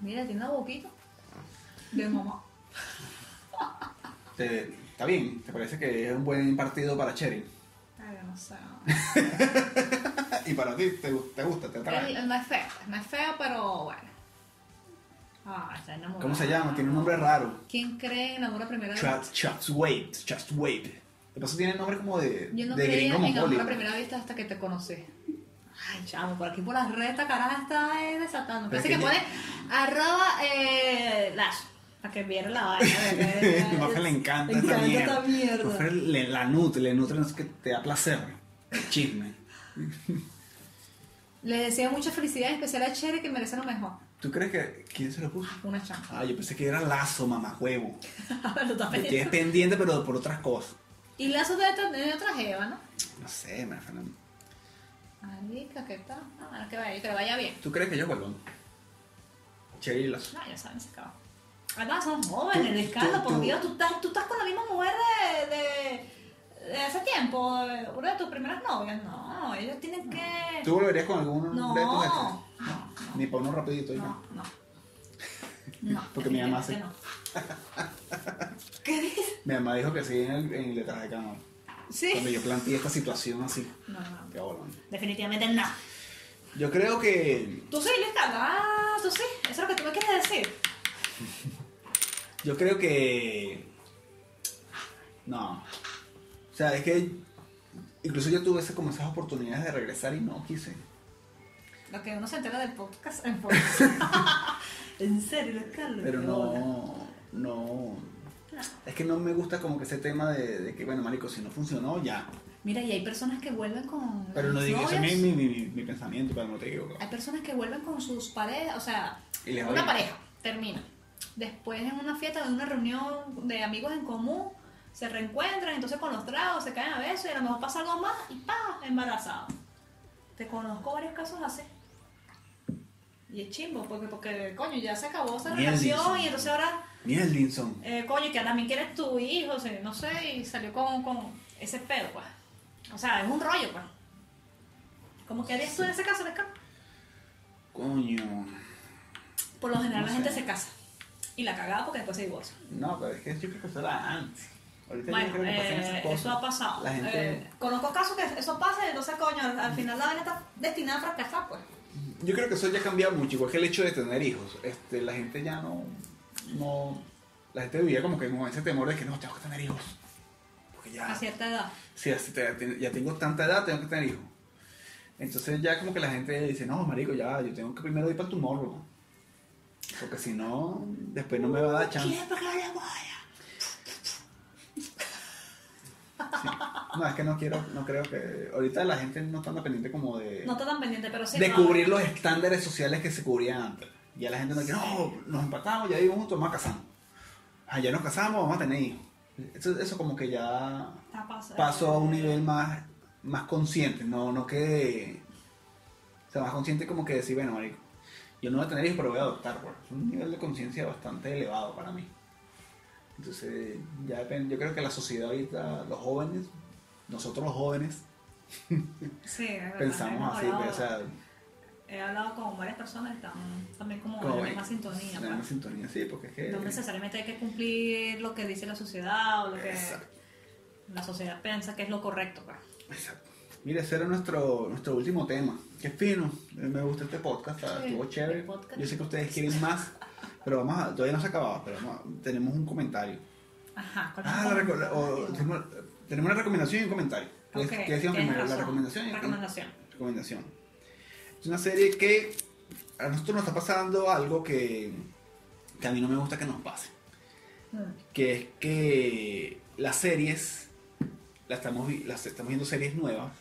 D: Mira, tiene una boquita. De mamá.
C: Te- Está bien, ¿te parece que es un buen partido para Cheryl?
D: Ay, no sé.
C: Y para ti, te, gu- te gusta, te atrae.
D: No es feo, no es feo, pero bueno. Ah, está enamorado.
C: ¿Cómo se llama? Tiene un nombre raro.
D: ¿Quién cree en la amor a primera vista?
C: Chats, Chats Wait, Chats Wait. De paso tiene nombre como de,
D: Yo no
C: de
D: creía
C: gringo
D: en amor a
C: mongólico.
D: primera vista hasta que te conocí. Ay, chamo, por aquí por las redes esta caraja está eh, desatando.
C: Pero
D: Parece
C: es
D: que,
C: que
D: pone arroba eh, lazo. Para que viera la vaina.
C: A Mafer le encanta
D: Le
C: esta
D: encanta
C: mierda.
D: esta mierda.
C: Mafer le, la nutre, le nutre, no sé qué, te da placer. El chisme.
D: Les deseo mucha felicidad, en especial a Cherry que merece lo mejor.
C: ¿Tú crees que quién se lo puso?
D: Una chamba.
C: Ah, yo pensé que era lazo, mamajuevo.
D: Pero
C: Lo
D: también-
C: tienes pendiente, pero por otras cosas.
D: Y Lazo debe tener otra jeva, ¿no?
C: No sé, Mafer. no-
D: Marica, ¿qué tal? Ah, bueno, que vaya, que le vaya bien.
C: ¿Tú crees que yo vuelvo? Cherry Lazo.
D: No, ya saben, se acabó. Además, son jóvenes,
C: Tú-
D: Luis Carlos,
C: tú-
D: por
C: tú-
D: Dios, tú estás, tú estás con la misma mujer de, de, de hace tiempo, eh, una de tus primeras novias. No, ellos tienen que...
C: ¿Tú volverías con alguno
D: No.
C: de estos de estos?
D: No, no,
C: Ni por uno rapidito, hija.
D: no, no. No,
C: Porque mi mamá hace-
D: definitivamente no. ¿Qué dices?
C: Mi mamá dijo que sí en, el, en letras de canal. Cuando
D: Sí.
C: yo planteé esta situación así.
D: No, no,
C: Qué bolón.
D: definitivamente no.
C: Yo creo que.
D: Tú sí, Luis Carlos, ah, tú sí, eso es lo que tú me quieres decir.
C: Yo creo que. No. O sea, es que. Incluso yo tuve ese- como esas oportunidades de regresar y no quise.
D: Lo que uno se entera del podcast en podcast. en serio, Luis Carlos.
C: Pero
D: qué bola.
C: no. No. Es que no me gusta como que ese tema de, de que, bueno, marico, si no funcionó, ya.
D: Mira, y hay personas que vuelven con.
C: Pero no
D: sus
C: digo, ese es mi,
D: novias.
C: mi, mi- mi pensamiento, pero no te equivoco.
D: Hay personas que vuelven con sus parejas, o sea,
C: Y les va
D: una
C: bien.
D: pareja termina. Después en una fiesta, en una reunión de amigos en común, se reencuentran, entonces con los tragos se caen a besos y a lo mejor pasa algo más y ¡pa! embarazado. Te conozco varios casos así. Y es chimbo, porque, porque coño, ya se acabó esa
C: Bien,
D: relación
C: dice.
D: y entonces ahora
C: Mira el Linson.
D: eh, coño, que también quieres tu hijo, o sea, no sé, y salió con, con ese pedo, pues. O sea, es un rollo, pues. ¿Cómo que harías tú en ese caso, Lescar?
C: Coño.
D: Por lo general
C: No
D: la gente
C: sé.
D: se casa. Y la cagada porque después se divorcia.
C: No, pero es que yo creo que eso era antes. Ahorita yo
D: Bueno,
C: creo que pasan
D: eh,
C: esas cosas.
D: eso ha pasado.
C: La gente.
D: Eh, conozco casos que eso pasa y entonces, coño, al, al final la vaina está destinada a fracasar, pues.
C: Yo creo que eso ya ha cambiado mucho, igual que el hecho de tener hijos. Este, la gente ya no, no. La gente vivía como que con ese temor de que no, tengo que tener hijos. Porque
D: A
C: ya.
D: cierta edad.
C: Si así te- ya tengo tanta edad, tengo que tener hijos. Entonces ya como que la gente dice, no, marico, ya, yo tengo que primero ir para tu morro. Porque si no, después no me va a dar chance. Sí. No, es que no quiero, no creo que. Ahorita la gente no está tan pendiente como de.
D: No está tan pendiente, pero sí.
C: de
D: no.
C: cubrir los estándares sociales que se cubrían antes. Ya la gente no dice, no, nos empatamos, ya vivimos juntos, vamos a casarnos. Ah, ya nos casamos, vamos a tener hijos. Eso, eso como que ya
D: Está pas-
C: pasó a un nivel más, más consciente, no, no que... O sea, más consciente como que decir, bueno, marico, yo no voy a tener hijos, pero voy a adoptar, güey. Es un nivel de conciencia bastante elevado para mí. Entonces, ya depende, yo creo que la sociedad ahorita, los jóvenes, nosotros los jóvenes,
D: Sí, es verdad,
C: pensamos
D: hemos
C: así,
D: hablado-
C: pero, o sea,
D: He hablado con varias personas que están también como
C: Como
D: en la
C: ven,
D: misma sintonía.
C: tenemos
D: pues.
C: sintonía, sí, porque es que...
D: No necesariamente hay que cumplir lo que dice la sociedad o lo que
C: Exacto.
D: la sociedad piensa que es lo correcto. pues.
C: Exacto. Mira, ese era nuestro, nuestro último tema. Qué fino. Eh, Me gusta este podcast. ah,
D: Sí,
C: Estuvo chévere.
D: el podcast.
C: Yo sé que ustedes quieren más, pero vamos a, todavía no se ha acabado. Pero vamos a- tenemos un comentario.
D: Ajá, ¿cuál es
C: Ah,
D: el
C: la reco-
D: comentario?
C: o- tenemos, tenemos una recomendación y un comentario. ¿Qué,
D: Ok,
C: qué decimos
D: tienes
C: primero? La
D: razón.
C: recomendación y el com-
D: Recomendación.
C: recomendación. Es una serie que a nosotros nos está pasando algo que, que a mí no me gusta que nos pase.
D: Mm,
C: que es que las series, las estamos, vi- las estamos viendo series nuevas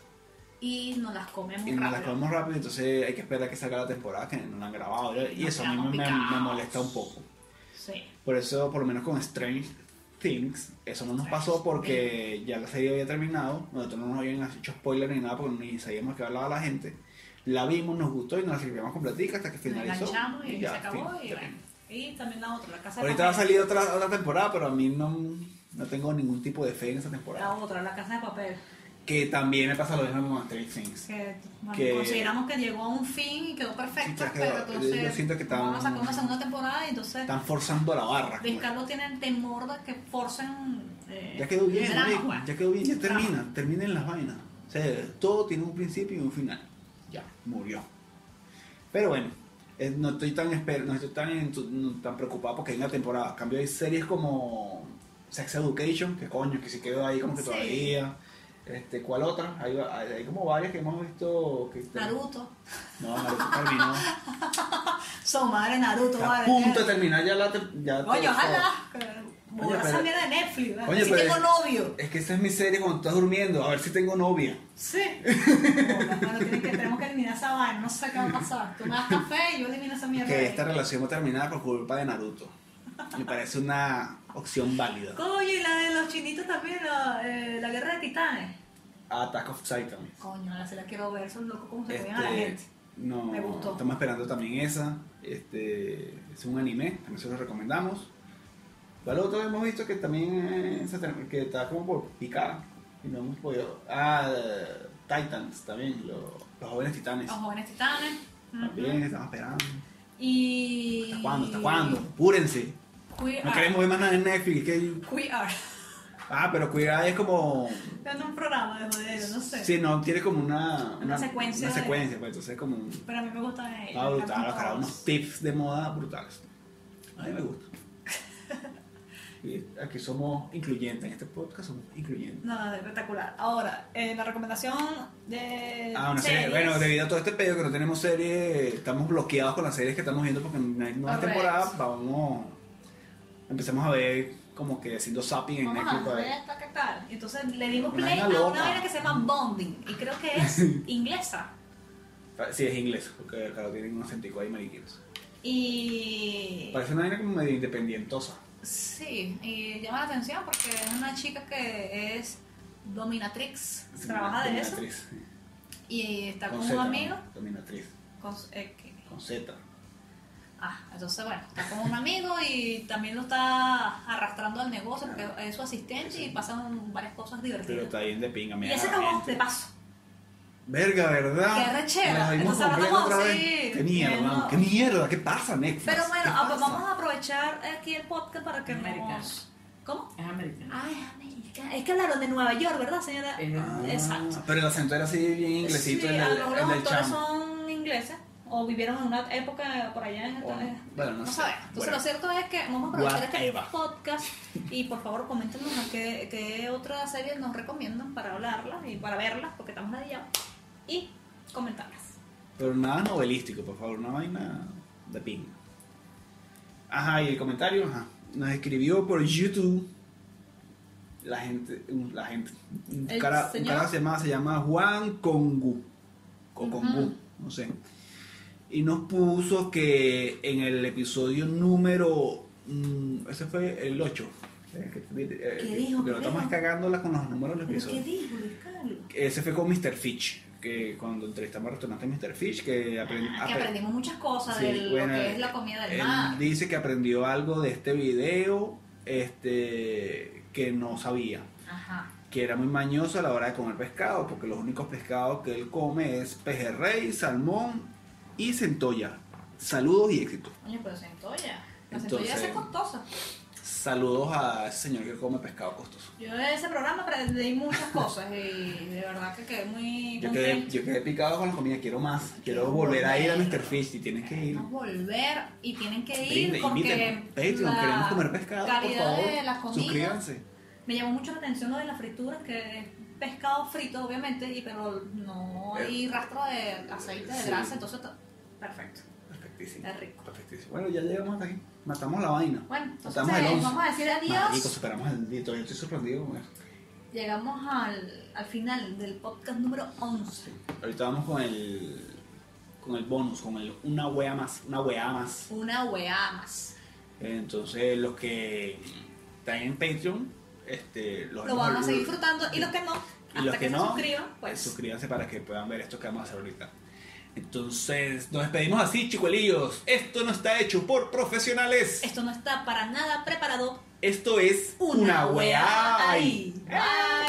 D: Y nos las comemos
C: y nos las
D: rápido.
C: comemos rápido, entonces hay que esperar a que salga la temporada que no la han grabado ¿verdad? y
D: Nos
C: eso a mí me,
D: quedamos
C: me-
D: picados.
C: me molesta un poco.
D: Sí.
C: Por eso, por lo menos con Strange Things, eso no nos pasó porque ya la serie había terminado, nosotros no nos habían hecho spoiler ni nada porque ni sabíamos que hablaba la gente. La vimos, nos gustó y nos la sirvimos completica hasta que
D: Nos
C: finalizó.
D: enganchamos y,
C: ya,
D: se acabó.
C: fin,
D: y,
C: ya,
D: bueno.
C: fin.
D: y también la otra, la casa de
C: Ahorita va a
D: papel.
C: salir otra, otra temporada, pero a mí no, no tengo ningún tipo de fe en esa temporada.
D: La otra, la casa de papel.
C: Que también me pasa lo mismo con Stranger Things.
D: Que, bueno,
C: Que-
D: consideramos que llegó a un fin y quedó
C: Sí,
D: perfecto,
C: ya quedó.
D: pero entonces
C: Yo siento que
D: vamos a sacar
C: tan-
D: una segunda temporada y entonces
C: Están forzando la barra. como-
D: Carlos tiene temor de que forcen eh,
C: Ya quedó bien,
D: el drama,
C: marico,
D: pues.
C: ya quedó bien, ya
D: Drama.
C: termina, terminen las vainas. O sea, todo tiene un principio y un final. Ya, murió. Pero bueno, eh, no estoy tan esper- no estoy tan, entu- no tan preocupado porque hay una temporada. A cambio hay series como Sex Education, que coño, que se quedó ahí como que
D: Sí.
C: todavía. Este, ¿cuál otra? Hay, hay- hay como varias que hemos visto que
D: Naruto,
C: No, Naruto terminó.
D: su madre Naruto,
C: Está a
D: madre.
C: punto de terminar ya la tem- ya
D: Oye,
C: todo-
D: ojalá. que- Borra esa
C: pero-
D: mierda de Netflix, ¿verdad?
C: Oye,
D: si
C: pero-
D: tengo novio.
C: Es que esa es mi serie cuando estás durmiendo, a ver si tengo novia.
D: Sí. Bueno, bueno, tiene que- tenemos que eliminar esa vaina, no sé qué va a pasar. Tú me das café y yo elimino esa mierda.
C: Que
D: ahí.
C: esta relación va a terminar por culpa de Naruto. Me parece una opción válida.
D: Coño, y la de los chinitos también, la, eh, la guerra de titanes.
C: Attack of Titan.
D: Coño, ahora se la quiero ver, son locos como se
C: Este,
D: juegan a la gente.
C: no,
D: Me gustó.
C: estamos esperando también esa. Este, es un anime, también se lo recomendamos. ¿Cuál otro hemos visto que también eh, se term- que está como por picar y no hemos podido? Ah, Titans también, lo- los jóvenes titanes.
D: Los jóvenes titanes.
C: También
D: Ujú.
C: estamos esperando.
D: Y.
C: ¿Hasta cuándo? ¿Hasta cuándo? Apúrense.
D: We
C: No
D: are.
C: queremos ver más nada en Netflix. que-
D: We are.
C: Ah, pero cuidado es como.
D: Dando un programa de joder, no sé.
C: Sí, no, tiene como una.
D: Una secuencia
C: Una
D: de- Eh,
C: secuencia, pues entonces es como. un-
D: Pero a mí me gusta
C: Ah, brutal, los caras, unos tips de moda brutales. A mí me gusta. Y aquí somos incluyentes, en este podcast somos incluyentes.
D: No, no, espectacular. Ahora, eh, la recomendación de.
C: Ah, una serie.
D: Eh, series.
C: Bueno, debido a todo este pedo que no tenemos serie, estamos bloqueados con las series que estamos viendo porque no hay nueva
D: Correcto.
C: temporada. Vamos. Empezamos a ver como que haciendo zapping en
D: Vamos
C: Netflix.
D: a
C: para
D: ver
C: ver.
D: esta qué tal. Entonces le dimos
C: Una
D: play a
C: vaina
D: una
C: loca.
D: vaina que se llama Bonding. Y creo que es inglesa.
C: Sí, es inglés, porque claro, tienen un acentico ahí mariquitos.
D: Y.
C: Parece una vaina como medio independientosa.
D: Sí, y llama la atención porque es una chica que es dominatrix.
C: Sí,
D: trabaja de eso.
C: dominatriz, sí.
D: Y está con,
C: Con
D: un
C: Z,
D: amigo.
C: ¿no? Dominatriz,
D: Con, eh, que-
C: con Z.
D: Ah, entonces bueno, está con un amigo y también lo está arrastrando al negocio porque es su asistente y pasan varias
C: Ah,
D: cosas
C: Pero
D: divertidas.
C: está bien de pinga, me
D: Y
C: da
D: ese
C: la
D: acabó
C: gente.
D: de paso.
C: Verga, ¿verdad?
D: Qué arrechera.
C: Nos vimos
D: Entonces, ahora
C: completo
D: estamos
C: otra
D: así,
C: vez. Qué mierda,
D: viendo-
C: mano, qué mierda, qué pasa, Netflix.
D: Pero bueno,
C: ¿Qué
D: ah, pues
C: pasa?
D: vamos a aprovechar aquí el podcast para que
E: América.
D: nos... ¿Cómo?
E: Es americano.
D: Ay, América. Ah, Es que hablaron de Nueva York, ¿verdad, señora?
E: Es-
C: Ah,
D: Exacto.
C: Pero el acento era así bien inglesito,
D: Sí,
C: el,
D: a
C: del-
D: lo mejor
C: el
D: los
C: del
D: autores
C: chamo.
D: son ingleses o vivieron en una época por allá en
C: O- bueno, no sé.
D: sabes. eh. Entonces
C: Bueno.
D: lo cierto es que vamos a aprovechar este
C: Whatever.
D: podcast y por favor coméntenos qué, qué otras series nos recomiendan para hablarlas y para verlas porque estamos allá y comentarlas.
C: Pero nada novelístico, por favor, no hay nada de ping. Ajá, y el comentario, ajá. Nos escribió por YouTube la gente, un- la gente. Un
D: El
C: cara, un
D: señor.
C: cara se llama, se llama Juan Congu. O Congu,
D: Ujú.
C: no sé. Y nos puso que en el episodio número. mm, ese fue el Eh, 8.
B: ¿Qué dijo,
C: Pero estamos
B: Pedro?
C: cagándolas con los números del episodio.
B: dijo, Ricardo?
C: Ese fue con Mr. Fitch, que cuando entrevistamos al restaurante Mr. Fitch, que, aprend-
D: que
C: apre-
D: aprendimos muchas cosas
C: Ah, Sí,
D: de
C: bueno,
D: lo que es la comida del
C: él
D: mar.
C: dice que aprendió algo de este video este, que no sabía,
D: Ajá.
C: que era muy mañoso a la hora de comer pescado, porque los únicos pescados que él come es pejerrey, salmón y centolla. Saludos y éxito.
D: Oye, pero centolla. La
C: Entonces-
D: centolla es costosa.
C: Saludos a ese señor que come pescado costoso.
D: Yo de ese programa aprendí muchas cosas y de verdad que quedé muy
C: Yo quedé,
D: contenta.
C: yo quedé picado con la comida, quiero más. Quiero
D: Quiero
C: volver a ir a
D: volver.
C: Mr. Fish y tienes que ir.
D: Queremos volver y tienen que ir
C: Brinde,
D: porque
C: invítenos. Patreon,
D: la
C: queremos comer pescado, por
D: calidad
C: favor.
D: de las comidas
C: Suscríbanse.
D: me llamó mucho la atención lo de las frituras que es pescado frito obviamente y pero no hay rastro de aceite de
C: Sí.
D: grasa entonces to- perfecto
C: Perfectísimo.
D: es rico
C: Perfectísimo. Bueno, ya llegamos hasta aquí. Matamos la vaina.
D: bueno entonces
C: Estamos el
D: eh,
C: once.
D: vamos a decir adiós
C: Marico, superamos el día. Todavía estoy sorprendido con esto.
D: llegamos al, al final del podcast número 11
C: Ahorita vamos con el con el bonus, con el una wea más, una wea más.
D: una weá más
C: Entonces, los que están en Patreon, este, los
D: lo
C: hemos-
D: van a seguir disfrutando y los que no
C: Y los
D: hasta que,
C: que
D: se
C: no,
D: suscriban
C: pues,
D: pues
C: suscríbanse para que puedan ver esto que vamos a hacer ahorita. Entonces, nos despedimos así, chicuelillos. Esto no está hecho por profesionales.
D: esto no está para nada preparado
C: Esto es
D: una,
C: wea
D: weá ahí. Bye.